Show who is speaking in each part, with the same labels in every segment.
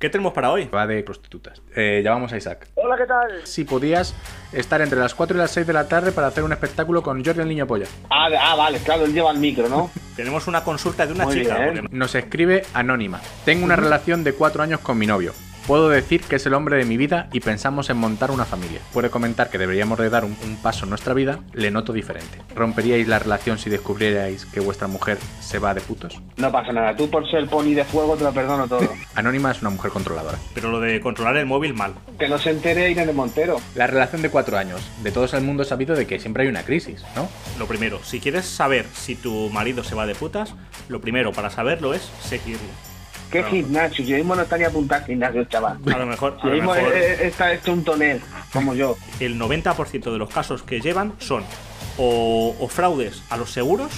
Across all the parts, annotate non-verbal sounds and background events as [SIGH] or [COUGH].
Speaker 1: ¿Qué tenemos para hoy?
Speaker 2: Va de prostitutas. Eh, llamamos a Isaac.
Speaker 3: Hola, ¿qué tal?
Speaker 2: Si podías estar entre las 4 y las 6 de la tarde para hacer un espectáculo con Jordi el Niño Polla.
Speaker 3: Ah, ah, vale, claro, él lleva el
Speaker 1: [LAUGHS]
Speaker 3: micro, ¿no?
Speaker 1: Tenemos una consulta de una
Speaker 3: Muy
Speaker 1: chica.
Speaker 3: bien.
Speaker 1: porque-
Speaker 2: Nos escribe Anónima. Tengo una relación de 4 años con mi novio. Puedo decir que es el hombre de mi vida y pensamos en montar una familia. Puede comentar que deberíamos de dar un, un paso en nuestra vida, le noto diferente. ¿Romperíais la relación si descubrierais que vuestra mujer se va de putos?
Speaker 3: No pasa nada, tú por ser pony de fuego te lo
Speaker 1: [LAUGHS]
Speaker 3: perdono todo.
Speaker 2: Anónima es una mujer controladora.
Speaker 1: Pero lo de controlar el móvil mal.
Speaker 3: Que no se entere Irene Montero.
Speaker 2: La relación de cuatro años. De todos el mundo es sabido de que siempre hay una crisis, ¿no?
Speaker 1: Lo primero, si quieres saber si tu marido se va de putas, lo primero para saberlo es seguirlo.
Speaker 3: ¿Qué
Speaker 1: Claro.
Speaker 3: gimnasio? Yo mismo no está ni apuntado al gimnasio,
Speaker 1: [LAUGHS]
Speaker 3: chaval.
Speaker 1: A lo mejor, a
Speaker 3: Yo
Speaker 1: lo
Speaker 3: mismo
Speaker 1: mejor
Speaker 3: eh, eh, está esto un tonel, como yo.
Speaker 1: el 90% de los casos que llevan son o, o fraudes a los seguros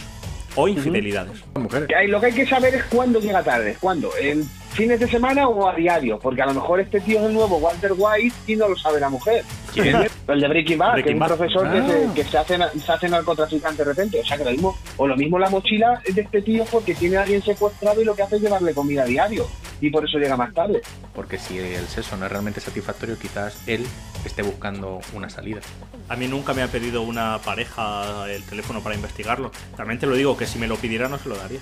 Speaker 1: o infidelidades.
Speaker 2: Mujeres.
Speaker 3: Ahí Lo que hay que saber es cuándo llega tarde, cuándo, en fines de semana o a diario, porque a lo mejor este tío es el nuevo Walter White y no lo sabe la mujer.
Speaker 2: ¿Quién?
Speaker 3: El de Breaking Bad, que
Speaker 1: Breaking
Speaker 3: es un
Speaker 1: Bad.
Speaker 3: profesor que, se,
Speaker 2: Ah.
Speaker 3: que se hace, na- se hace narcotraficante de repente. O sea, que lo mismo, o lo mismo la mochila de este tío es porque tiene a alguien secuestrado y lo que hace es llevarle comida a diario. Y por eso llega más tarde.
Speaker 2: Porque si el sexo no es realmente satisfactorio, quizás él esté buscando una salida.
Speaker 1: A mí nunca me ha pedido una pareja el teléfono para investigarlo. También te lo digo, que si me lo pidiera no se lo daría.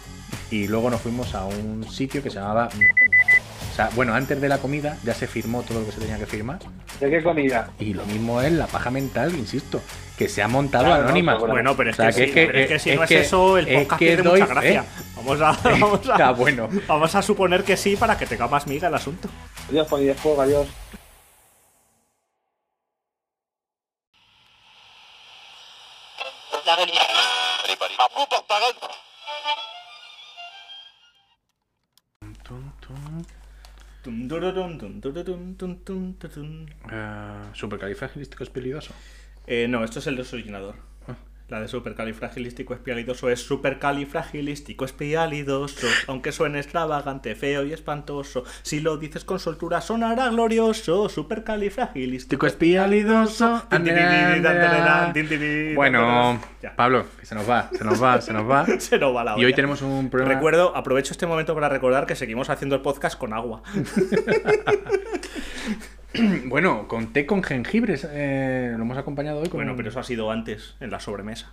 Speaker 2: Y luego nos fuimos a un sitio que se llamaba... O sea, bueno, antes de la comida ya se firmó todo lo que se tenía que firmar.
Speaker 3: ¿De qué comida?
Speaker 2: Y lo mismo es la paja mental, insisto, que se ha montado
Speaker 3: Claro, no,
Speaker 2: anónima.
Speaker 3: seguro.
Speaker 1: Bueno, pero es
Speaker 2: O sea,
Speaker 1: que,
Speaker 2: que
Speaker 1: sí,
Speaker 2: es que-
Speaker 1: pero es que si
Speaker 2: es
Speaker 1: no es
Speaker 2: que-
Speaker 1: eso, el
Speaker 2: es
Speaker 1: podcast
Speaker 2: que
Speaker 1: tiene
Speaker 2: doy
Speaker 1: mucha
Speaker 2: fe.
Speaker 1: gracia. Vamos
Speaker 2: [LAUGHS]
Speaker 1: a, vamos a-
Speaker 2: Ah, bueno.
Speaker 1: vamos a suponer que sí para que tenga más miga el asunto.
Speaker 3: Dios, poní de fuego, adiós.
Speaker 1: Tum, dururum, tum, dururum, tum, tum, turum.
Speaker 2: Eh, Supercalifragilisticoexpialidoso.
Speaker 1: Eh, no, esto es el desollinador. La de supercalifragilístico espialidoso es supercalifragilístico espialidoso. Aunque suene extravagante, feo y espantoso, si lo dices con soltura sonará glorioso. Supercalifragilístico. [LAUGHS]
Speaker 2: Ticoespialidoso. Bueno,
Speaker 1: Ya.
Speaker 2: Pablo, que se nos va, se nos va, se nos va.
Speaker 1: Se nos va la
Speaker 2: Y hoy
Speaker 1: olla.
Speaker 2: tenemos un problema.
Speaker 1: Ah, Recuerdo, aprovecho este momento para recordar que seguimos haciendo el podcast con
Speaker 2: [LAUGHS]
Speaker 1: agua.
Speaker 2: Mm, Bueno, con té con jengibres. eh, lo hemos acompañado hoy con.
Speaker 1: Bueno, pero eso ha sido antes, en la sobremesa.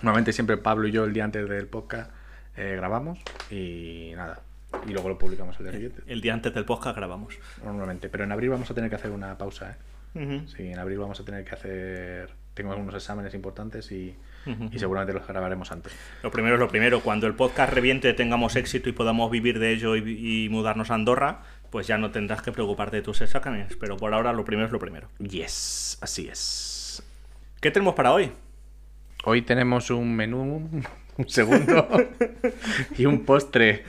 Speaker 2: Normalmente siempre Pablo y yo el día antes del podcast eh, grabamos y nada. Y luego lo publicamos el día siguiente.
Speaker 1: El día antes del podcast grabamos.
Speaker 2: Normalmente. Pero en abril vamos a tener que hacer una pausa, ¿eh?
Speaker 1: Ujú.
Speaker 2: Sí, en abril vamos a tener que hacer. Tengo algunos exámenes importantes y,
Speaker 1: Ujú.
Speaker 2: y seguramente los grabaremos antes.
Speaker 1: Lo primero es lo primero. Cuando el podcast reviente, tengamos éxito y podamos vivir de ello y, y mudarnos a Andorra, pues ya no tendrás que preocuparte de tus exámenes. Pero por ahora lo primero es lo primero.
Speaker 2: Yes, así es.
Speaker 1: ¿Qué tenemos para hoy?
Speaker 2: Hoy tenemos un menú, [LAUGHS]
Speaker 1: [LAUGHS]
Speaker 2: un segundo y un postre.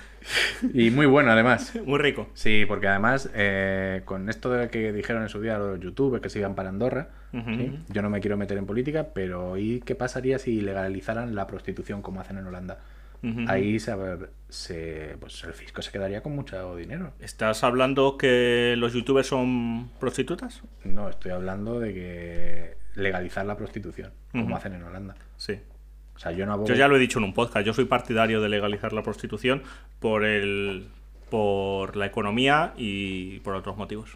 Speaker 2: Y muy bueno además.
Speaker 1: Muy rico.
Speaker 2: Sí, porque además eh, con esto de que dijeron en su día los youtubers que se iban para Andorra,
Speaker 1: Ujú.
Speaker 2: ¿sí? yo no me quiero meter en política, pero ¿y qué pasaría si legalizaran la prostitución como hacen en Holanda?
Speaker 1: Ujú.
Speaker 2: Ahí se, se- pues el fisco se quedaría con mucho dinero.
Speaker 1: ¿Estás hablando que los youtubers son prostitutas?
Speaker 2: No, estoy hablando de que legalizar la prostitución como
Speaker 1: Ujú.
Speaker 2: hacen en Holanda.
Speaker 1: Sí.
Speaker 2: O sea, yo no abogo...
Speaker 1: Yo ya lo he dicho en un podcast, yo soy partidario de legalizar la prostitución por el por la economía y por otros motivos.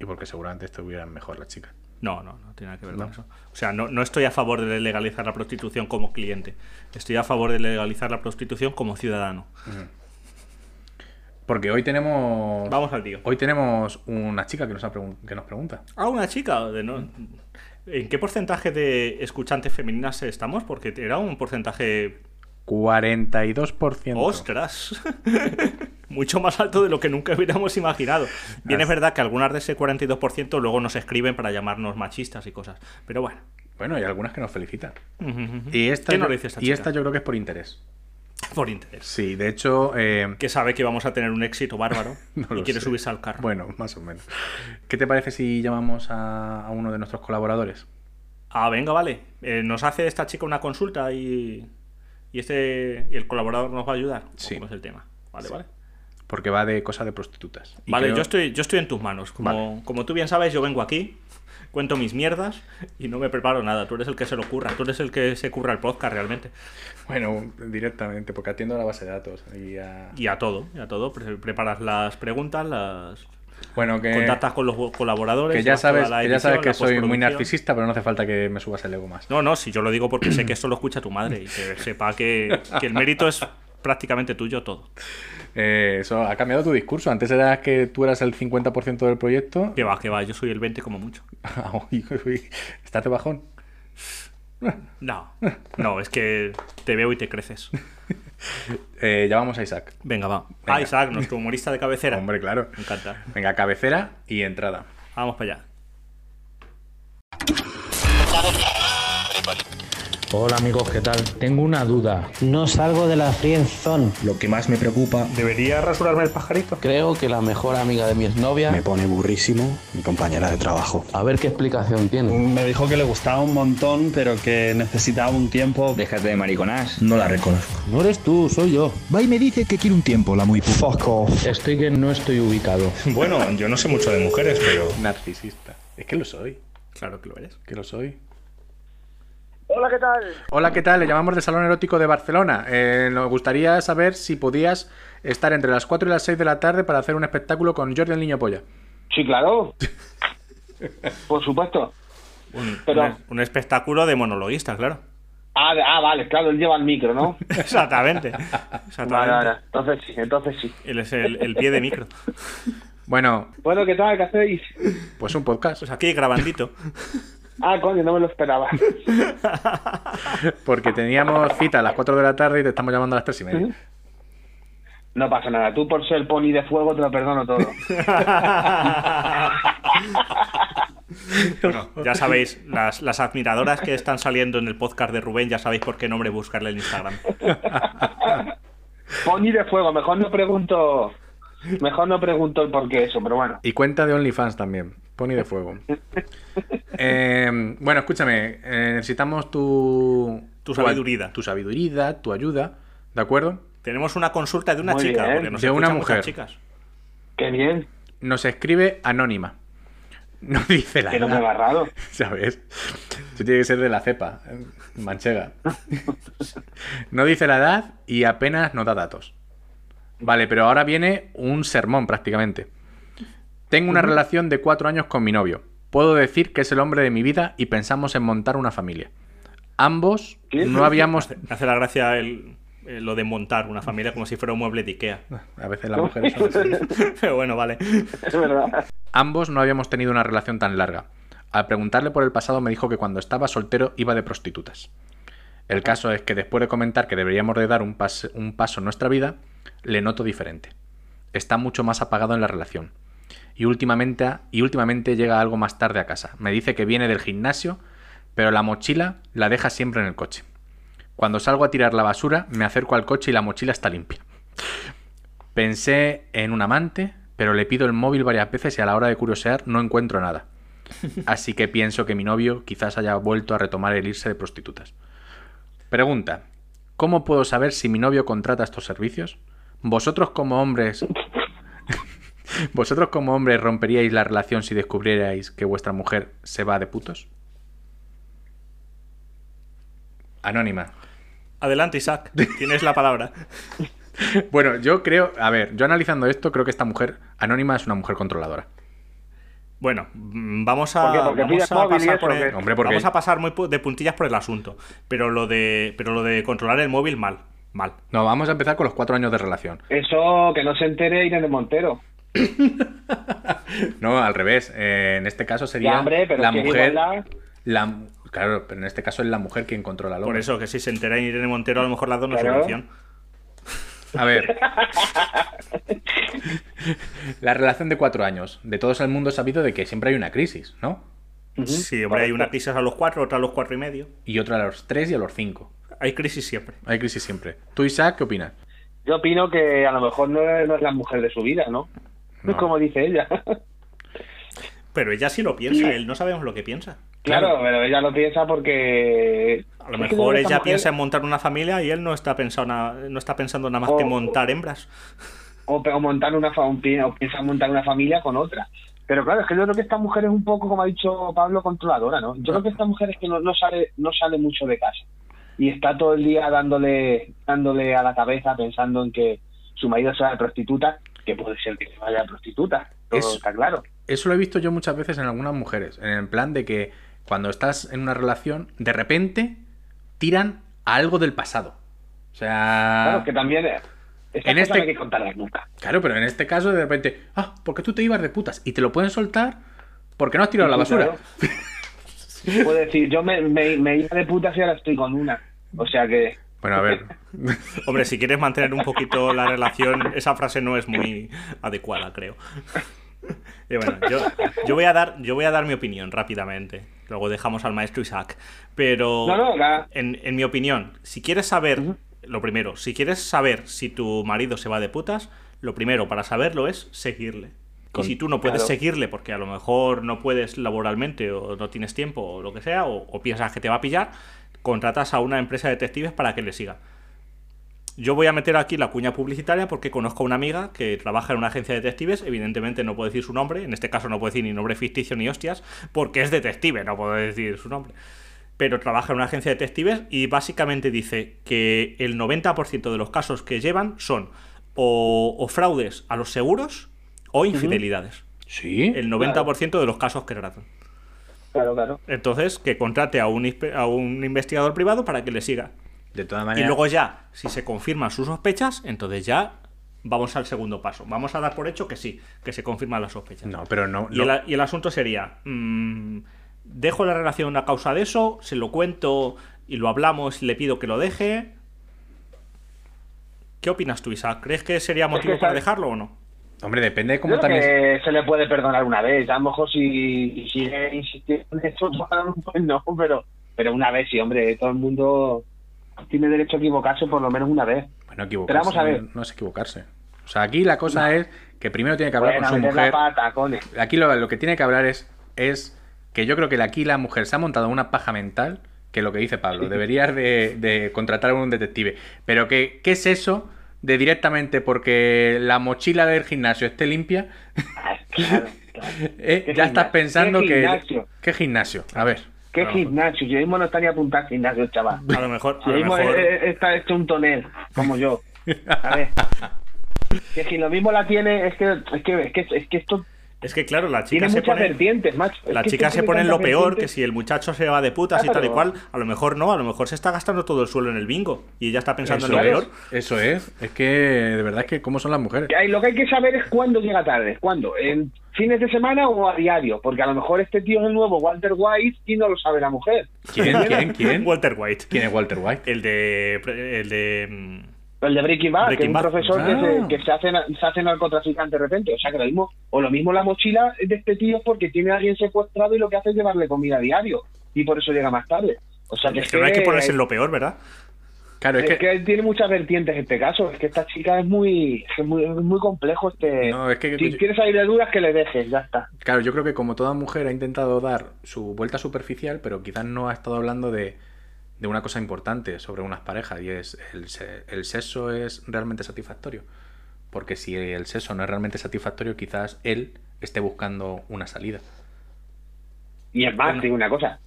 Speaker 2: Y porque seguramente estuvieran mejor las chicas.
Speaker 1: No, no, no tiene nada que ver
Speaker 2: No.
Speaker 1: con eso. O sea, no, no estoy a favor de legalizar la prostitución como cliente. Estoy a favor de legalizar la prostitución como ciudadano.
Speaker 2: Porque hoy tenemos.
Speaker 1: Vamos al tío.
Speaker 2: Hoy tenemos una chica que nos, ha pregun- que nos pregunta.
Speaker 1: Ah, una chica. De no... ¿En qué porcentaje de escuchantes femeninas estamos? Porque era un porcentaje...
Speaker 2: 42%.
Speaker 1: ¡Ostras! [LAUGHS] Mucho más alto de lo que nunca hubiéramos imaginado. Bien, es
Speaker 2: Así-
Speaker 1: verdad que algunas de ese 42% luego nos escriben para llamarnos machistas y cosas. Pero
Speaker 2: [LAUGHS]
Speaker 1: bueno.
Speaker 2: Bueno, y algunas que nos felicitan. Y
Speaker 1: Y
Speaker 2: esta,
Speaker 1: ¿Qué
Speaker 2: yo,
Speaker 1: nos dice esta
Speaker 2: y
Speaker 1: chica?
Speaker 2: esta yo creo que es por interés.
Speaker 1: Por interés.
Speaker 2: Sí, de hecho. eh,
Speaker 1: Que sabe que vamos a tener un éxito bárbaro
Speaker 2: [LAUGHS] no
Speaker 1: y
Speaker 2: lo
Speaker 1: quiere
Speaker 2: sé.
Speaker 1: subirse al carro.
Speaker 2: Bueno, más o menos. [LAUGHS] ¿Qué te parece si llamamos a, a uno de nuestros colaboradores?
Speaker 1: Ah, venga, vale. Eh, nos hace esta chica una consulta y, y este y el colaborador nos va a ayudar.
Speaker 2: Sí.
Speaker 1: ¿Cómo es el tema? Vale,
Speaker 2: Sí.
Speaker 1: vale.
Speaker 2: Porque va de cosas de prostitutas. Y
Speaker 1: Vale,
Speaker 2: creo-
Speaker 1: yo estoy yo estoy en tus manos. Como, como tú bien sabes, yo vengo aquí, [LAUGHS] cuento mis mierdas y no me preparo nada. Tú eres el que se lo curra, tú eres el que se curra el podcast realmente.
Speaker 2: Bueno, directamente, porque atiendo a la base de datos. Y ah, a...
Speaker 1: Y a todo, y a todo. Pre- Preparas las preguntas, las
Speaker 2: Bueno, que,
Speaker 1: contactas con los wo- colaboradores.
Speaker 2: Eh, que ya
Speaker 1: vas toda
Speaker 2: sabes,
Speaker 1: la
Speaker 2: que, ya sabes
Speaker 1: edición,
Speaker 2: que
Speaker 1: la
Speaker 2: soy muy
Speaker 1: postproducción.
Speaker 2: narcisista, pero no hace falta que me subas el ego más.
Speaker 1: No, no, si yo lo digo porque sé que esto lo escucha tu madre y que sepa que, que el mérito es prácticamente tuyo todo.
Speaker 2: Eh, eso ha cambiado tu discurso. Antes eras que tú eras el 50% del proyecto. [LAUGHS] Ah,
Speaker 1: Que va, que va, yo soy el 20 como mucho.
Speaker 2: Uy, uy, uy. Estás de bajón.
Speaker 1: No, no, es que te veo y te creces.
Speaker 2: Eh, ya vamos a Isaac.
Speaker 1: Venga, va.
Speaker 2: Venga.
Speaker 1: Ah, Isaac, nuestro humorista de cabecera.
Speaker 2: Hombre, claro.
Speaker 1: Me encanta.
Speaker 2: Venga, cabecera y entrada.
Speaker 1: Vamos para allá.
Speaker 4: Hola amigos, ¿qué tal? Tengo una duda.
Speaker 5: No salgo de la friendzone.
Speaker 4: Lo que más me preocupa,
Speaker 1: ¿Debería rasurarme el pajarito?
Speaker 6: Creo que la mejor amiga de mi exnovia.
Speaker 7: Me pone burrísimo mi compañera de trabajo.
Speaker 6: A ver qué explicación tiene.
Speaker 8: Me dijo que le gustaba un montón, pero que necesitaba un tiempo.
Speaker 9: Déjate de mariconás.
Speaker 4: no la reconozco.
Speaker 5: No eres tú, soy yo.
Speaker 7: Va y me dice que quiere un tiempo, la muy puta.
Speaker 4: Estoy que no estoy ubicado.
Speaker 10: Bueno, yo no sé mucho de mujeres, pero
Speaker 2: Narcisista. Es que lo soy.
Speaker 1: Claro que lo eres.
Speaker 2: Que lo soy.
Speaker 3: Hola, ¿qué tal?
Speaker 2: Hola, ¿qué tal? Le llamamos de Salón Erótico de Barcelona. Eh, nos gustaría saber si podías estar entre las 4 y las 6 de la tarde para hacer un espectáculo con Jordi el Niño Polla.
Speaker 3: Sí,
Speaker 1: [LAUGHS]
Speaker 3: claro. Por supuesto.
Speaker 1: Un,
Speaker 3: Pero-
Speaker 1: un- un espectáculo de monologuista, claro. [LAUGHS]
Speaker 3: Ah, ah, vale, claro, él lleva el micro, ¿no?
Speaker 1: Exactamente.
Speaker 3: Vale,
Speaker 1: Exactamente.
Speaker 3: vale. Entonces sí, entonces sí.
Speaker 1: Él es el, el pie de micro.
Speaker 2: Bueno,
Speaker 3: Bueno, ¿qué tal? ¿Qué hacéis?
Speaker 2: pues un podcast.
Speaker 3: [LAUGHS]
Speaker 1: Pues aquí grabandito.
Speaker 3: Ah, coño, no me lo esperaba. [LAUGHS]
Speaker 2: Porque teníamos cita a las 4 de la tarde y te estamos llamando a las 3 y media.
Speaker 3: No pasa nada, tú por ser pony de fuego te lo perdono todo.
Speaker 1: Bueno, ya sabéis, las, las admiradoras que están saliendo en el podcast de Rubén, ya sabéis por qué nombre buscarle en Instagram.
Speaker 3: Pony de fuego, mejor no pregunto. Mejor no pregunto el por qué eso, pero bueno.
Speaker 2: Y cuenta de OnlyFans también. Pony de
Speaker 3: [LAUGHS]
Speaker 2: fuego. Eh, bueno, escúchame. eh, necesitamos tu...
Speaker 1: Tu sabiduría.
Speaker 2: Tu sabiduría, tu ayuda. ¿De acuerdo?
Speaker 1: Tenemos una consulta de una
Speaker 3: Muy
Speaker 1: chica.
Speaker 3: bien.
Speaker 1: Porque nos
Speaker 2: De una
Speaker 1: escuchan muchas
Speaker 2: mujer.
Speaker 1: Chicas.
Speaker 3: Qué bien,
Speaker 2: Nos escribe anónima. [LAUGHS] No dice la
Speaker 3: que no me he
Speaker 2: edad.
Speaker 3: agarrado.
Speaker 2: [LAUGHS] ¿Sabes? Tú tiene que ser de la cepa, eh, manchega. No dice la edad y apenas nos da datos. Vale, pero ahora viene un sermón prácticamente. Tengo una relación de cuatro años con mi novio. Puedo decir que es el hombre de mi vida y pensamos en montar una familia. Ambos
Speaker 3: ¿Qué?
Speaker 2: no habíamos...
Speaker 1: Me hace la gracia el- eh, lo de montar una familia como si fuera un mueble de
Speaker 2: [LAUGHS]
Speaker 1: Ikea.
Speaker 2: A veces las mujeres son así.
Speaker 1: Pero bueno, vale.
Speaker 3: [LAUGHS] Es verdad.
Speaker 2: Ambos no habíamos tenido una relación tan larga. Al preguntarle por el pasado me dijo que cuando estaba soltero iba de prostitutas. El caso es que después de comentar que deberíamos de dar un, pas- un paso en nuestra vida, le noto diferente. Está mucho más apagado en la relación. Y últimamente, y últimamente llega algo más tarde a casa. Me dice que viene del gimnasio, pero la mochila la deja siempre en el coche. Cuando salgo a tirar la basura, me acerco al coche y la mochila está limpia. Pensé en un amante, pero le pido el móvil varias veces y a la hora de curiosear no encuentro nada. Así que pienso que mi novio quizás haya vuelto a retomar el irse de prostitutas. Pregunta, ¿cómo puedo saber si mi novio contrata estos servicios? ¿Vosotros como hombres... [LAUGHS] ¿Vosotros como hombres romperíais la relación si descubrierais que vuestra mujer se va de putos? Anónima.
Speaker 1: Adelante, Isaac. Tienes la palabra.
Speaker 2: Bueno, yo creo, a ver, yo analizando esto, creo que esta mujer anónima es una mujer controladora.
Speaker 1: Bueno, mm, vamos a,
Speaker 3: ¿Por qué? ¿Porque
Speaker 1: vamos
Speaker 3: pides
Speaker 1: a
Speaker 3: móvil y
Speaker 1: pasar
Speaker 3: eso,
Speaker 1: por
Speaker 3: o qué?
Speaker 1: el-
Speaker 2: Hombre, porque-
Speaker 1: vamos a pasar muy pu- de puntillas por el asunto. Pero lo de, pero lo de controlar el móvil, mal. Mal.
Speaker 2: No, vamos a empezar con los cuatro años de relación.
Speaker 3: Eso que no se entere Irene Montero.
Speaker 2: No, al revés. eh, en este caso sería
Speaker 3: Ya, hombre, pero
Speaker 2: la
Speaker 3: es que
Speaker 2: mujer.
Speaker 3: igualdad-
Speaker 2: la- claro, pero en este caso es la mujer quien controla al
Speaker 1: Por
Speaker 2: hombre.
Speaker 1: eso, que si se entera Irene Montero, a lo mejor la dona
Speaker 3: Claro.
Speaker 1: subvención.
Speaker 2: A ver.
Speaker 3: [LAUGHS]
Speaker 2: la relación de cuatro años. De todos el mundo sabido de que siempre hay una crisis, ¿no?
Speaker 1: Sí, hombre, hay
Speaker 3: pues.
Speaker 1: una crisis a los cuatro, otra a los cuatro y medio.
Speaker 2: Y otra a los tres y a los cinco.
Speaker 1: Hay crisis siempre.
Speaker 2: Hay crisis siempre. ¿Tú, Isaac, qué opinas?
Speaker 3: Yo opino que a lo mejor no, no es la mujer de su vida, ¿no?
Speaker 2: No.
Speaker 3: [LAUGHS] Como dice ella.
Speaker 1: Pero ella sí lo piensa, él no sabemos lo que piensa.
Speaker 3: Claro, pero ella lo piensa porque...
Speaker 1: A lo
Speaker 3: Es que
Speaker 1: mejor
Speaker 3: esta
Speaker 1: ella
Speaker 3: mujer- Oh.
Speaker 1: piensa en montar una familia y él no está pensando, na- no está pensando nada más que
Speaker 3: O-
Speaker 1: montar hembras.
Speaker 3: o, pe- o montar una fa- o pi- o piensa montar una familia con otra. Pero claro, es que yo creo que esta mujer es un poco, como ha dicho Pablo, controladora, ¿no? Yo creo que esta mujer es que no, no sale no sale mucho de casa y está todo el día dándole dándole a la cabeza pensando en que su marido sea de prostituta, que puede ser que se vaya de prostituta, todo
Speaker 2: Es-
Speaker 3: está claro.
Speaker 2: Eso lo he visto yo muchas veces en algunas mujeres, en el plan de que cuando estás en una relación, de repente tiran a algo del pasado. O sea...
Speaker 3: Claro, que también eh, estas
Speaker 2: En
Speaker 3: cosas
Speaker 2: este-
Speaker 3: no hay que contarlas nunca.
Speaker 2: Claro, pero en este caso de repente, ah, porque tú te ibas de putas y te lo pueden soltar porque no has tirado a la basura.
Speaker 3: Claro. Puedo decir, yo me, me, me iba de puta si ahora estoy con una. O sea que
Speaker 2: Bueno, a ver.
Speaker 1: Hombre, si quieres mantener un poquito la relación, esa frase no es muy adecuada, creo. Y bueno, yo, yo voy a dar, yo voy a dar mi opinión rápidamente. Luego dejamos al maestro Isaac. Pero
Speaker 3: No, no, la-
Speaker 1: en, en mi opinión, si quieres saber, lo primero, si quieres saber si tu marido se va de putas, lo primero para saberlo es seguirle. Y si tú no puedes
Speaker 3: claro.
Speaker 1: seguirle porque a lo mejor no puedes laboralmente o no tienes tiempo o lo que sea, o, o piensas que te va a pillar, contratas a una empresa de detectives para que le siga. Yo voy a meter aquí la cuña publicitaria porque conozco a una amiga que trabaja en una agencia de detectives. Evidentemente no puedo decir su nombre. En este caso no puedo decir ni nombre ficticio ni hostias porque es detective, no puedo decir su nombre. Pero trabaja en una agencia de detectives y básicamente dice que el 90% de los casos que llevan son o, o fraudes a los seguros o infidelidades.
Speaker 2: Sí.
Speaker 1: El 90% de los casos que tratan.
Speaker 3: Claro, claro.
Speaker 1: Entonces, que contrate a un, inspe- a un investigador privado para que le siga.
Speaker 2: De todas
Speaker 1: Y
Speaker 2: maneras.
Speaker 1: luego ya, si se confirman sus sospechas, entonces ya vamos al segundo paso. Vamos a dar por hecho que sí, que se confirman las sospechas.
Speaker 2: No, pero no.
Speaker 1: y,
Speaker 2: no.
Speaker 1: el, a- y el asunto sería, mm, dejo la relación a causa de eso, se lo cuento y lo hablamos y le pido que lo deje. ¿Qué opinas tú, Isaac? ¿Crees que sería motivo
Speaker 3: que
Speaker 1: para
Speaker 3: sabe-
Speaker 1: dejarlo o no?
Speaker 2: Hombre, depende de cómo
Speaker 3: Yo
Speaker 2: también.
Speaker 3: creo que se le puede perdonar una vez. A lo mejor si sigue insistiendo en eso, [LAUGHS] pues no, pero, pero una vez sí, hombre. Todo el mundo tiene derecho a equivocarse por lo menos una vez.
Speaker 2: Bueno, equivocarse.
Speaker 3: Pero vamos a ver.
Speaker 2: No, es equivocarse. O sea, aquí la cosa es que primero tiene que hablar
Speaker 3: Bueno,
Speaker 2: con su
Speaker 3: meter
Speaker 2: mujer.
Speaker 3: la pata,
Speaker 1: [LAUGHS]
Speaker 3: cone.
Speaker 2: Aquí lo, lo que tiene que hablar es, es que yo creo que aquí la mujer se ha montado una paja mental, que lo que dice
Speaker 3: [LAUGHS]
Speaker 2: Pablo, deberías de, de contratar a un detective. Pero que, ¿qué es eso de directamente porque la mochila del gimnasio esté limpia?
Speaker 3: Claro, claro.
Speaker 2: eh,
Speaker 3: ¿Qué
Speaker 2: ya estás
Speaker 3: gimnasio?
Speaker 2: pensando
Speaker 3: ¿Qué
Speaker 2: que...
Speaker 3: gimnasio?
Speaker 2: ¿Qué gimnasio? A ver.
Speaker 3: ¿Qué
Speaker 2: a lo mejor.
Speaker 3: gimnasio? Yo mismo no estaría apuntado al gimnasio, chaval.
Speaker 1: A lo mejor... A
Speaker 3: Lo
Speaker 1: lo
Speaker 3: mismo
Speaker 1: mejor...
Speaker 3: eh, eh, está hecho un tonel, como yo.
Speaker 1: [LAUGHS]
Speaker 3: A ver. Que si lo mismo la tiene, es que, es que, es que, es que esto
Speaker 1: Es que claro, la
Speaker 3: tiene
Speaker 1: chica se
Speaker 3: muchas
Speaker 1: pone...
Speaker 3: vertientes, macho. Es
Speaker 1: La
Speaker 3: que
Speaker 1: chica
Speaker 3: esto
Speaker 1: se
Speaker 3: tiene
Speaker 1: pone en lo
Speaker 3: tantas
Speaker 1: peor, que
Speaker 3: vertientes.
Speaker 1: si el muchacho se va de putas y
Speaker 3: Ah,
Speaker 1: tal y
Speaker 3: pero-
Speaker 1: cual, a lo mejor no, a lo mejor se está gastando todo el suelo en el bingo y ella está pensando en lo
Speaker 2: Eso es,
Speaker 1: peor.
Speaker 2: eso es. Es que de verdad es que cómo son las mujeres.
Speaker 3: Ahí Lo que hay que saber es cuándo llega tarde, cuándo, en fines de semana o a diario, porque a lo mejor este tío es el nuevo Walter White y no lo sabe la mujer.
Speaker 2: ¿Quién? ¿Quién?
Speaker 3: [LAUGHS]
Speaker 1: [LAUGHS]
Speaker 2: ¿Quién?
Speaker 1: Walter White.
Speaker 2: ¿Quién es Walter White?
Speaker 1: El de. El de. mm,
Speaker 3: El de Breaking Bad,
Speaker 1: Breaking
Speaker 3: que es un
Speaker 1: Bad,
Speaker 3: profesor que,
Speaker 2: claro.
Speaker 3: se, que se hace, na- se hace narcotraficante de repente. O sea, que lo mismo, o lo mismo la mochila de este tío porque tiene a alguien secuestrado y lo que hace es llevarle comida a diario. Y por eso llega más tarde. O sea, que,
Speaker 1: es que no hay que ponerse en lo peor, ¿verdad?
Speaker 2: Claro,
Speaker 3: es que tiene muchas vertientes este caso. Es que esta chica es muy es muy, es muy complejo. este
Speaker 2: No, es que-
Speaker 3: Si quieres salir de dudas, que le dejes, ya está.
Speaker 2: Claro, yo creo que como toda mujer ha intentado dar su vuelta superficial, pero quizás no ha estado hablando de, de una cosa importante sobre unas parejas, y es el, se- el sexo es realmente satisfactorio. Porque si el sexo no es realmente satisfactorio, quizás él esté buscando una salida.
Speaker 3: Y es más, te digo una cosa.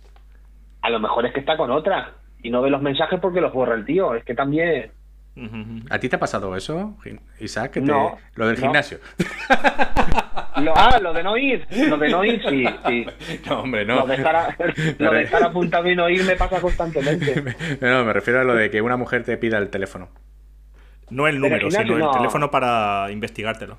Speaker 3: A lo mejor es que está con otra y no ve los mensajes porque los borra el tío. Es que también.
Speaker 1: Ujú.
Speaker 2: ¿A ti te ha pasado eso, Gin- Isaac? Que te-
Speaker 3: No,
Speaker 2: lo del
Speaker 3: no.
Speaker 2: gimnasio.
Speaker 3: Lo- ah, lo de no ir. Lo de no ir, sí. sí.
Speaker 2: no, hombre, [LAUGHS] no.
Speaker 3: Lo de estar, a- lo de estar apuntado y no ir me pasa
Speaker 2: [LAUGHS]
Speaker 3: constantemente.
Speaker 2: [LAUGHS] No, no, me refiero a lo de que una mujer te pida el teléfono.
Speaker 1: No el
Speaker 3: Pero
Speaker 1: número,
Speaker 3: Ignacio,
Speaker 1: sino el
Speaker 3: no.
Speaker 1: teléfono para investigártelo.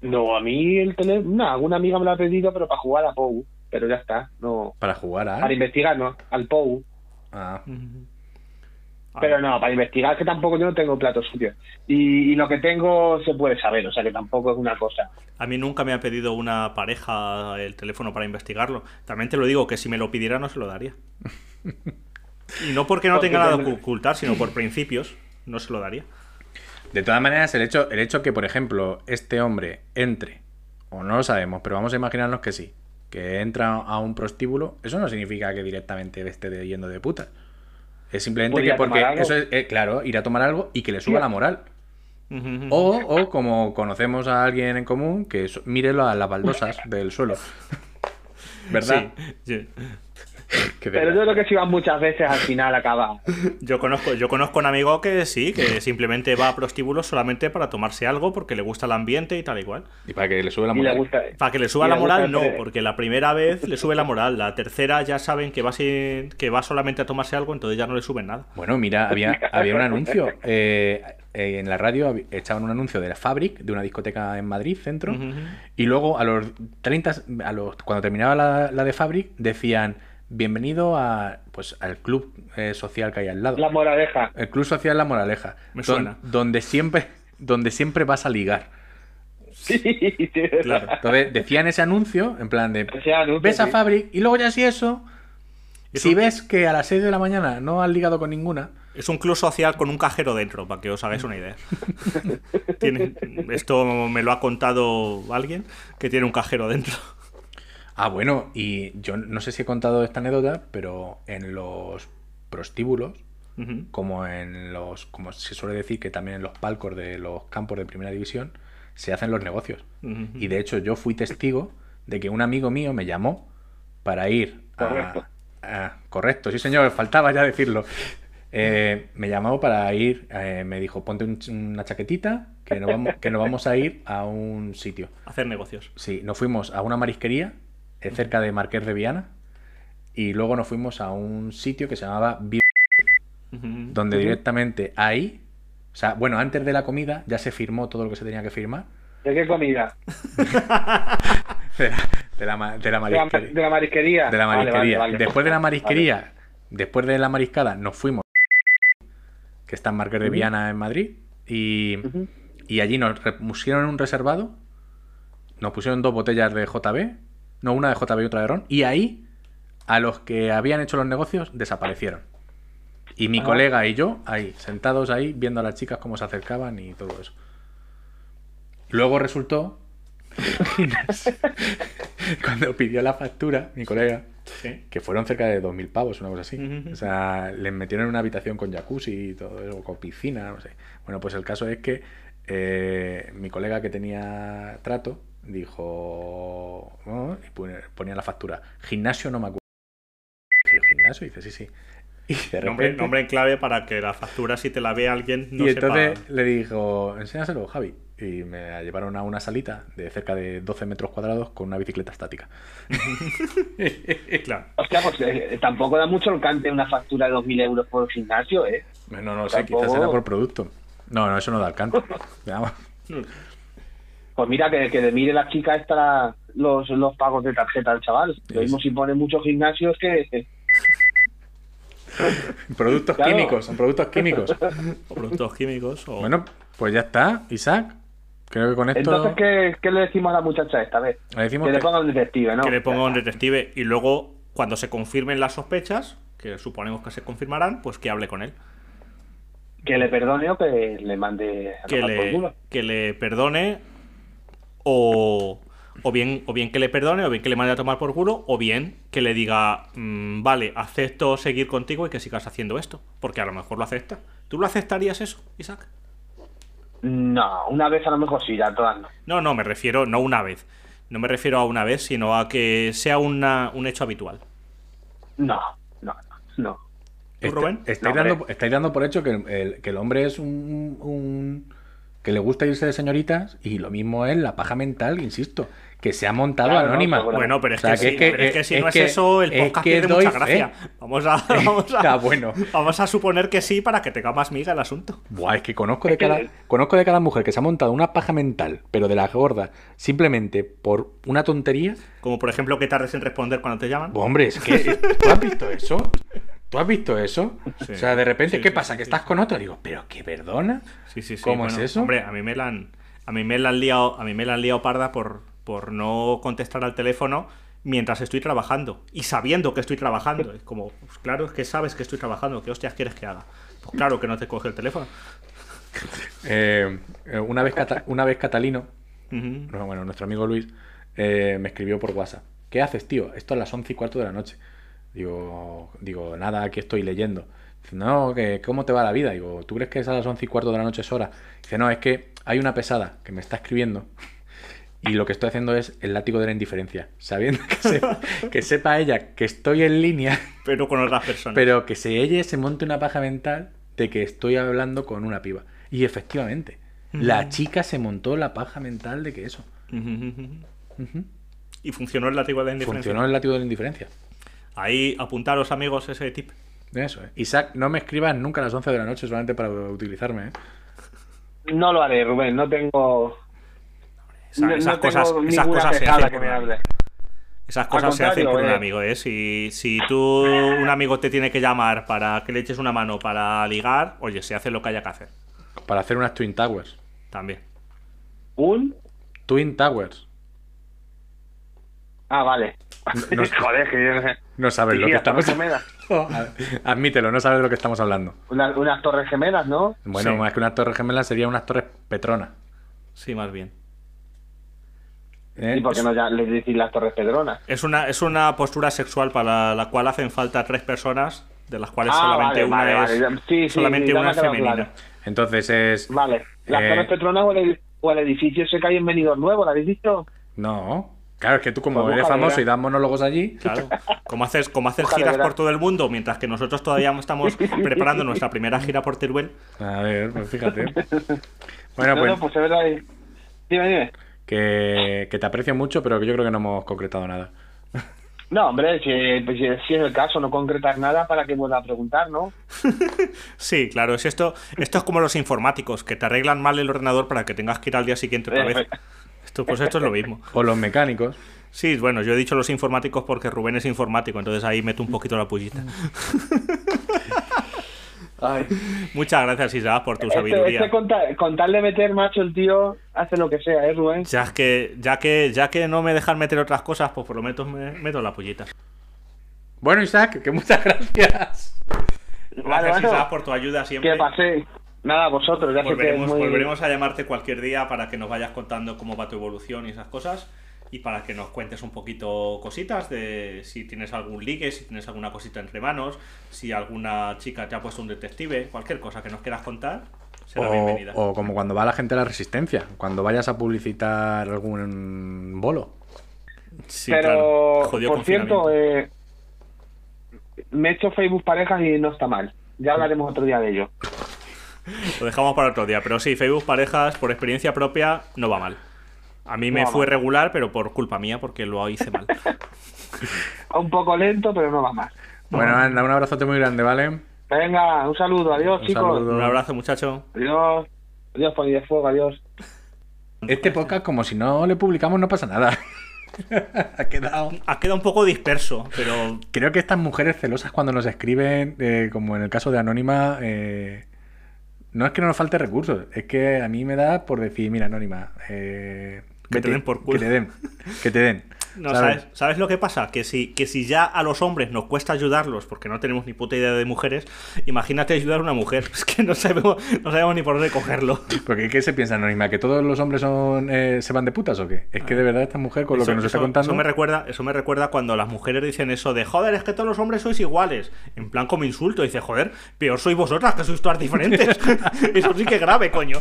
Speaker 3: No, a mí el teléfono. No, alguna amiga me lo ha pedido, pero para jugar a POU. Pero ya está. no
Speaker 2: Para jugar a...
Speaker 3: Para investigar, no. Al POU.
Speaker 2: Ah,
Speaker 1: Ujú. Ah,
Speaker 3: Pero no, para investigar, que tampoco yo no tengo platos sucios. Y, y lo que tengo se puede saber, o sea que tampoco es una cosa.
Speaker 1: A mí nunca me ha pedido una pareja el teléfono para investigarlo. También te lo digo, que si me lo pidiera no se lo
Speaker 3: [LAUGHS]
Speaker 1: daría. Y no porque no
Speaker 3: Porque
Speaker 1: tenga nada que
Speaker 3: tendrá-
Speaker 1: ocultar, sino por principios, no se lo daría.
Speaker 2: De todas maneras, el hecho, el hecho que, por ejemplo, este hombre entre, o no lo sabemos, pero vamos a imaginarnos que sí, que entra a un prostíbulo, eso no significa que directamente esté de- yendo de putas. Es simplemente
Speaker 3: Podría
Speaker 2: que porque
Speaker 3: tomar algo.
Speaker 2: eso es, eh, claro, ir a tomar algo y que le suba la moral. O, o como conocemos a alguien en común, que es- mírelo a las baldosas del suelo. [LAUGHS] ¿Verdad?
Speaker 1: Sí, yo-
Speaker 2: Que de
Speaker 3: Pero yo
Speaker 2: verdad.
Speaker 3: creo que si vas muchas veces al final acaba.
Speaker 1: Yo conozco, yo conozco un amigo que sí, que simplemente va a prostíbulos solamente para tomarse algo porque le gusta el ambiente y tal igual.
Speaker 2: Y para que le sube la
Speaker 3: Y le
Speaker 2: moral.
Speaker 3: gusta.
Speaker 1: Para que le suba
Speaker 3: Y
Speaker 1: la
Speaker 3: le gusta
Speaker 1: moral, no,
Speaker 3: hacer-
Speaker 1: porque la primera vez le sube la moral, la tercera ya saben que va sin- que va solamente a tomarse algo, entonces ya no le suben nada.
Speaker 2: Bueno, mira, había, había un anuncio. eh, eh, en la radio hab- echaban un anuncio de la Fabric, de una discoteca en Madrid, centro.
Speaker 1: Ujú.
Speaker 2: Y luego a los 30, a los, cuando terminaba la, la de Fabric, decían, bienvenido a, pues, al club eh, social que hay al lado.
Speaker 3: La moraleja.
Speaker 2: El club social La Moraleja.
Speaker 1: Me
Speaker 2: don-
Speaker 1: suena.
Speaker 2: Donde siempre, donde siempre vas a ligar.
Speaker 3: [LAUGHS] Sí, sí,
Speaker 1: Claro.
Speaker 2: Entonces decían ese anuncio, en plan de,
Speaker 3: Ese anuncio,
Speaker 2: ves a
Speaker 3: sí.
Speaker 2: Fabric y luego ya si eso,
Speaker 1: Eso-
Speaker 2: si ves que a las 6 de la mañana no has ligado con ninguna,
Speaker 1: Es un club social con un cajero dentro, para que os hagáis una idea. Tiene- esto me lo ha contado alguien que tiene un cajero dentro.
Speaker 2: Ah, bueno, y yo no sé si he contado esta anécdota, pero en los prostíbulos,
Speaker 1: Ujú.
Speaker 2: como en los, como se suele decir que también en los palcos de los campos de primera división, se hacen los negocios.
Speaker 1: Ujú.
Speaker 2: Y de hecho yo fui testigo de que un amigo mío me llamó para ir a...
Speaker 3: Correcto.
Speaker 2: a- correcto, sí señor, faltaba ya decirlo. Eh, me llamó para ir, eh, me dijo, ponte un- una chaquetita, que nos vamos, que nos vamos a ir a un sitio.
Speaker 1: Hacer negocios.
Speaker 2: Sí, nos fuimos a una marisquería eh, cerca de Marqués de Viana y luego nos fuimos a un sitio que se llamaba Bio,
Speaker 1: Ujú.
Speaker 2: donde directamente ahí, o sea, bueno, antes de la comida ya se firmó todo lo que se tenía que firmar [LAUGHS]
Speaker 3: ¿De qué comida?
Speaker 2: de la, de la ma- de la
Speaker 3: ¿De la,
Speaker 2: marisquería.
Speaker 3: de la marisquería?
Speaker 2: De la
Speaker 3: Ah, Vale, vale,
Speaker 2: marisquería.
Speaker 3: vale.
Speaker 2: Después de la marisquería, después de la mariscada, nos fuimos, que está en Marqués de Viana en Madrid, y, y allí nos re- pusieron un reservado, nos pusieron dos botellas de JB, no una de JB y otra de Ron, y ahí a los que habían hecho los negocios desaparecieron. Y
Speaker 3: Ah.
Speaker 2: mi colega y yo, ahí, sentados ahí, viendo a las chicas cómo se acercaban y todo eso. Luego resultó, [LAUGHS] cuando pidió la factura, mi colega,
Speaker 1: Sí.
Speaker 2: que fueron cerca de 2.000 pavos, una cosa así.
Speaker 1: Ujú.
Speaker 2: O sea, les metieron en una habitación con jacuzzi y todo eso, con piscina, no sé. Bueno, pues el caso es que eh, mi colega que tenía trato dijo. ¿no? y pone- ponía la factura. Gimnasio no me acuerdo. Dije yo, ¿Gimnasio? Y dice, sí, [LAUGHS] sí. Y de
Speaker 1: Nombre,
Speaker 2: repente-
Speaker 1: nombre en clave para que la factura, si te la ve alguien, no
Speaker 2: y
Speaker 1: sepa-
Speaker 2: entonces le dijo, enséñaselo, Javi. Y me la llevaron a una salita de cerca de 12 metros cuadrados con una bicicleta estática.
Speaker 1: [LAUGHS] Claro.
Speaker 3: Hostia, pues eh, eh, tampoco da mucho el cante una factura de 2.000 euros por gimnasio, ¿eh?
Speaker 2: No, no sé,
Speaker 3: Tampoco.
Speaker 2: quizás era por producto. No, no, eso no da
Speaker 1: [LAUGHS]
Speaker 2: alcance. Vamos.
Speaker 3: Pues mira, que, que le mire la chica esta la- los, los pagos de tarjeta al chaval. Lo
Speaker 2: Sí.
Speaker 3: mismo si pone muchos gimnasios que... eh, que-
Speaker 2: Productos
Speaker 3: Claro. Oh.
Speaker 2: químicos, son productos
Speaker 3: [LAUGHS]
Speaker 2: químicos.
Speaker 1: O productos químicos o...
Speaker 2: Bueno, pues ya está, Isaac. Creo que con esto
Speaker 3: Entonces, ¿qué, ¿qué le decimos a la muchacha esta vez?
Speaker 2: Le decimos
Speaker 3: que, le
Speaker 2: que-
Speaker 3: ponga un detective, ¿no?
Speaker 1: que le ponga un detective y luego, cuando se confirmen las sospechas, que suponemos que se confirmarán, pues que hable con él.
Speaker 3: Que le perdone o que le mande a
Speaker 1: que
Speaker 3: tomar por
Speaker 1: le,
Speaker 3: culo.
Speaker 1: que le perdone o, o bien o bien que le perdone o bien que le mande a tomar por culo o bien que le diga "Mm, vale acepto seguir contigo y que sigas haciendo esto porque a lo mejor lo acepta tú lo aceptarías eso Isaac
Speaker 3: No, una vez a lo mejor sí, ya todas no.
Speaker 1: no no me refiero no una vez no me refiero a una vez sino a que sea una, un hecho habitual
Speaker 3: No, no, no.
Speaker 1: ¿Tú, Rubén?
Speaker 2: este, estáis,
Speaker 3: No,
Speaker 2: dando,
Speaker 3: hombre.
Speaker 2: estáis dando por hecho que el, el- que el hombre es un, un- que le gusta irse de señoritas y lo mismo es la paja mental, insisto, que se ha montado
Speaker 3: Claro, no,
Speaker 2: anónima.
Speaker 3: seguro.
Speaker 1: bueno pero es,
Speaker 2: O sea,
Speaker 1: que, sí, pero es que si no es eso el
Speaker 2: es
Speaker 1: podcast
Speaker 2: que
Speaker 1: pierde
Speaker 2: doy
Speaker 1: mucha
Speaker 2: fe.
Speaker 1: gracia vamos
Speaker 2: [LAUGHS]
Speaker 1: a vamos a,
Speaker 2: Está bueno.
Speaker 1: vamos a suponer que sí para que tenga más miga el asunto
Speaker 2: Buah, es que conozco de cada conozco de cada mujer que se ha montado una paja mental, pero de las gordas, simplemente por una tontería.
Speaker 1: como por ejemplo que tardes en responder cuando te llaman
Speaker 2: Buah, Hombre, es que ¿tú has visto eso? ¿Tú has visto eso?
Speaker 1: Sí.
Speaker 2: O sea, de repente,
Speaker 1: Sí,
Speaker 2: ¿qué
Speaker 1: sí,
Speaker 2: pasa?
Speaker 1: sí,
Speaker 2: ¿Que
Speaker 1: sí,
Speaker 2: estás
Speaker 1: sí.
Speaker 2: con otro? Digo, ¿pero qué perdona?
Speaker 1: Sí, sí, sí.
Speaker 2: ¿Cómo es
Speaker 1: Bueno,
Speaker 2: eso?
Speaker 1: Hombre, a mí me la han, a mí me la han liado, a mí me la han liado parda por, por no contestar al teléfono mientras estoy trabajando y sabiendo que estoy trabajando. Es como, pues claro, es que sabes que estoy trabajando, ¿qué hostias quieres que haga? Pues claro que no te coge el teléfono.
Speaker 2: Eh, eh, una, vez Cata- una vez Catalino,
Speaker 1: Ujú.
Speaker 2: no, bueno, nuestro amigo Luis, eh, me escribió por WhatsApp. ¿Qué haces, tío? Esto es las 11 y cuarto de la noche. Digo, digo, nada, aquí estoy leyendo. Dice, no, que ¿cómo te va la vida? Digo, ¿tú crees que es a las once y cuarto de la noche es hora? Dice, no, es que hay una pesada que me está escribiendo y lo que estoy haciendo es el látigo de la indiferencia, sabiendo que, se- que sepa ella que estoy en línea,
Speaker 1: Pero con otras personas.
Speaker 2: pero que si ella se monte una paja mental de que estoy hablando con una piba. Y efectivamente, la
Speaker 1: Ujú.
Speaker 2: chica se montó la paja mental de que eso. Ujú.
Speaker 1: Y funcionó el látigo de la indiferencia.
Speaker 2: Funcionó el látigo de la indiferencia.
Speaker 1: Ahí apuntaros, amigos, ese tip.
Speaker 2: Eso, eh. Isaac, no me escribas nunca a las 11 de la noche solamente para utilizarme. ¿eh?
Speaker 3: No lo haré, Rubén, no tengo.
Speaker 1: Esa-
Speaker 3: no-
Speaker 1: esas
Speaker 3: no
Speaker 1: cosas,
Speaker 3: tengo
Speaker 1: esas
Speaker 3: ninguna
Speaker 1: cosas se
Speaker 3: pesada
Speaker 1: hacen
Speaker 3: que
Speaker 1: por
Speaker 3: me
Speaker 1: un amigo.
Speaker 3: hable.
Speaker 1: Esas cosas se hacen por
Speaker 3: contrario,
Speaker 1: un
Speaker 3: eh.
Speaker 1: amigo, ¿eh? Si, si tú, un amigo te tiene que llamar para que le eches una mano para ligar, oye, se hace lo que haya que hacer.
Speaker 2: Para hacer unas Twin Towers.
Speaker 1: También.
Speaker 3: ¿Un?
Speaker 2: Twin Towers.
Speaker 3: Ah, vale.
Speaker 2: No-
Speaker 3: [LAUGHS] Joder, que yo-
Speaker 2: No sabes
Speaker 3: Sí,
Speaker 2: lo que
Speaker 3: las
Speaker 2: estamos
Speaker 3: torres gemelas.
Speaker 2: [LAUGHS] Admítelo, no sabes de lo que estamos hablando.
Speaker 3: Una- unas torres gemelas, ¿no?
Speaker 2: Bueno,
Speaker 1: Sí.
Speaker 2: más que unas torres gemelas serían unas torres Petrona.
Speaker 1: Sí, más bien.
Speaker 2: ¿eh?
Speaker 3: ¿Y por qué no ya les decís las torres pedronas?
Speaker 1: Es una, es una postura sexual para la, cual hacen falta tres personas, de las cuales
Speaker 3: Ah,
Speaker 1: solamente
Speaker 3: vale,
Speaker 1: una
Speaker 3: vale,
Speaker 1: es,
Speaker 3: vale. Sí, sí,
Speaker 1: solamente
Speaker 3: ya me
Speaker 1: una
Speaker 3: ha
Speaker 1: es
Speaker 3: quedado
Speaker 1: femenina.
Speaker 3: claro.
Speaker 2: Entonces es.
Speaker 3: Vale. ¿Las
Speaker 2: eh,
Speaker 3: torres pedronas o el, o el edificio ese que hay en Benidorm Nuevo? ¿Lo habéis visto?
Speaker 2: No. Claro, es que tú, como
Speaker 3: Pues
Speaker 2: eres
Speaker 3: búscalo,
Speaker 2: famoso
Speaker 3: verás.
Speaker 2: y das monólogos allí.
Speaker 1: Claro. Como haces, como haces
Speaker 3: Ojalá,
Speaker 1: giras
Speaker 3: verás.
Speaker 1: por todo el mundo, mientras que nosotros todavía estamos
Speaker 3: [LAUGHS]
Speaker 1: preparando nuestra primera gira por Teruel.
Speaker 2: A ver, pues
Speaker 3: [LAUGHS]
Speaker 2: fíjate. Bueno,
Speaker 3: no, pues-
Speaker 2: pues.
Speaker 3: no, pues es verdad. eh. Dime, dime.
Speaker 2: Que, que te aprecio mucho, pero que yo creo que no hemos concretado nada.
Speaker 3: No, hombre, si, pues si- si es el caso, no concretar nada para que vuelva a preguntar, ¿no?
Speaker 1: Sí, claro, es esto, esto es como los informáticos, que te arreglan mal el ordenador para que tengas que ir al día siguiente otra
Speaker 3: [LAUGHS]
Speaker 1: vez. Esto, pues esto es lo mismo.
Speaker 2: O los mecánicos.
Speaker 1: Sí, bueno, yo he dicho los informáticos porque Rubén es informático, entonces ahí meto un poquito la
Speaker 3: [LAUGHS]
Speaker 1: pullita. Muchas gracias, Isaac, por tu
Speaker 3: Este,
Speaker 1: sabiduría.
Speaker 3: este con, tal, con tal de meter macho el tío, hace lo que sea, ¿eh, Rubén?
Speaker 1: Ya es que, ya que, ya que no me dejan meter otras cosas, pues por lo menos me meto la pullita.
Speaker 2: Bueno, Isaac, que muchas [LAUGHS] gracias.
Speaker 1: Gracias,
Speaker 3: bueno.
Speaker 1: Isaac, por tu ayuda siempre.
Speaker 3: Que pasé. Nada, vosotros, ya sé que es
Speaker 1: Volveremos,
Speaker 3: muy...
Speaker 1: volveremos a llamarte cualquier día para que nos vayas contando cómo va tu evolución y esas cosas. Y para que nos cuentes un poquito cositas de si tienes algún ligue, si tienes alguna cosita entre manos, si alguna chica te ha puesto un detective, cualquier cosa que nos quieras contar, será
Speaker 2: O,
Speaker 1: bienvenida.
Speaker 2: o como cuando va la gente a la resistencia, cuando vayas a publicitar algún bolo.
Speaker 1: Sí,
Speaker 3: Pero,
Speaker 1: claro. Jodido
Speaker 3: por cierto,
Speaker 1: confinamiento.
Speaker 3: eh, me he hecho Facebook parejas y no está mal. Ya hablaremos otro día de ello.
Speaker 1: Lo dejamos para otro día. Pero sí, Facebook parejas, por experiencia propia, no va mal. A mí me
Speaker 3: No va
Speaker 1: fue
Speaker 3: mal.
Speaker 1: regular, pero por culpa mía, porque lo hice
Speaker 3: [LAUGHS]
Speaker 1: mal.
Speaker 3: Un poco lento, pero no va más.
Speaker 2: Bueno, anda, un abrazote muy grande, ¿vale?
Speaker 3: Venga, un saludo, adiós,
Speaker 2: Un
Speaker 3: chicos.
Speaker 2: saludo.
Speaker 1: Un abrazo, muchacho.
Speaker 3: Adiós. Adiós, Poli de Fuego, adiós.
Speaker 2: Este podcast, como si no le publicamos, no pasa nada. [LAUGHS] ha quedado.
Speaker 1: Ha quedado un poco disperso, pero
Speaker 2: Creo que estas mujeres celosas cuando nos escriben, eh, como en el caso de Anónima, eh, no es que no nos falte recursos, es que a mí me da por decir, mira, Anónima, eh,
Speaker 1: Que te den por culo".
Speaker 2: Que te den, que te den.
Speaker 1: [LAUGHS] No, ¿sabes? ¿Sabes lo que pasa? Que si, que si ya a los hombres nos cuesta ayudarlos porque no tenemos ni puta idea de mujeres, imagínate ayudar a una mujer. [LAUGHS] Es que no sabemos, no sabemos ni por dónde cogerlo.
Speaker 2: Porque ¿qué se piensa anónima? ¿Que todos los hombres son eh, se van de putas o qué? Es que de verdad esta mujer con lo
Speaker 1: Eso-
Speaker 2: que nos está
Speaker 1: eso-
Speaker 2: contando.
Speaker 1: Eso
Speaker 2: [LAUGHS]
Speaker 1: me, recuerda, eso me recuerda cuando las mujeres dicen eso de joder, es que todos los hombres sois iguales. En plan como insulto. Dice, joder, peor sois vosotras que sois todas
Speaker 2: [LAUGHS]
Speaker 1: diferentes. [LAUGHS] eso sí que es grave, coño.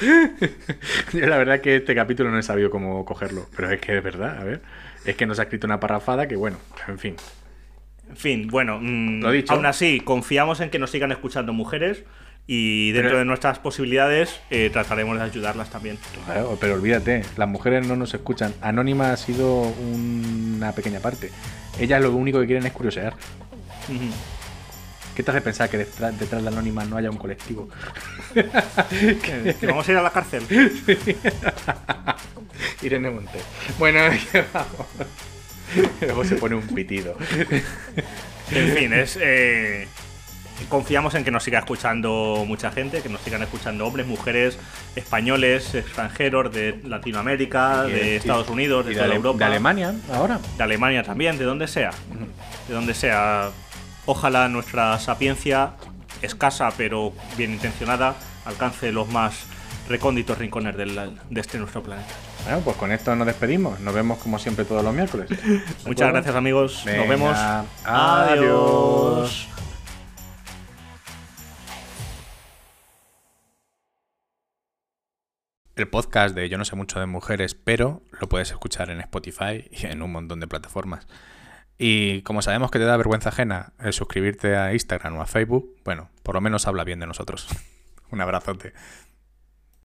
Speaker 2: Yo la verdad que este capítulo no he sabido cómo cogerlo. Pero es que de verdad, a ver. Es que nos ha escrito una parrafada que bueno, en fin.
Speaker 1: En fin, bueno, mm,
Speaker 2: Lo dicho.
Speaker 1: aún así, confiamos en que nos sigan escuchando mujeres y dentro
Speaker 2: Pero-
Speaker 1: de nuestras posibilidades eh, trataremos de ayudarlas
Speaker 2: [LAUGHS]
Speaker 1: también.
Speaker 2: Claro, pero olvídate, las mujeres no nos escuchan. Anónima ha sido una pequeña parte. Ellas lo único que quieren es curiosear.
Speaker 1: Ujú.
Speaker 2: ¿Qué te hace pensar que detrás, detrás de Anónima no haya un colectivo?
Speaker 1: Eh, ¿Que vamos a ir a la cárcel.
Speaker 2: Irene Montes. Bueno, [LAUGHS] vamos. Luego se pone un pitido.
Speaker 1: En fin, es. eh, confiamos en que nos siga escuchando mucha gente, que nos sigan escuchando hombres, mujeres, españoles, extranjeros de Latinoamérica,
Speaker 2: Y-
Speaker 1: de
Speaker 2: y-
Speaker 1: Estados Unidos, de,
Speaker 2: Y de,
Speaker 1: toda
Speaker 2: Ale-
Speaker 1: Europa.
Speaker 2: de Alemania, ahora.
Speaker 1: De Alemania también, de donde sea. De donde sea. Ojalá nuestra sapiencia, escasa pero bien intencionada, alcance los más recónditos rincones del- de este nuestro planeta.
Speaker 2: Bueno, pues con esto nos despedimos. Nos vemos como siempre todos [LAUGHS] los miércoles. ¿De
Speaker 1: Muchas
Speaker 2: acuerdo?
Speaker 1: gracias amigos,
Speaker 2: Venga,
Speaker 1: nos vemos.
Speaker 2: adiós. el podcast de Yo no sé mucho de mujeres, pero lo puedes escuchar en Spotify y en un montón de plataformas. Y como sabemos que te da vergüenza ajena el suscribirte a Instagram o a Facebook, bueno, por lo menos habla bien de nosotros. [LAUGHS] un abrazote.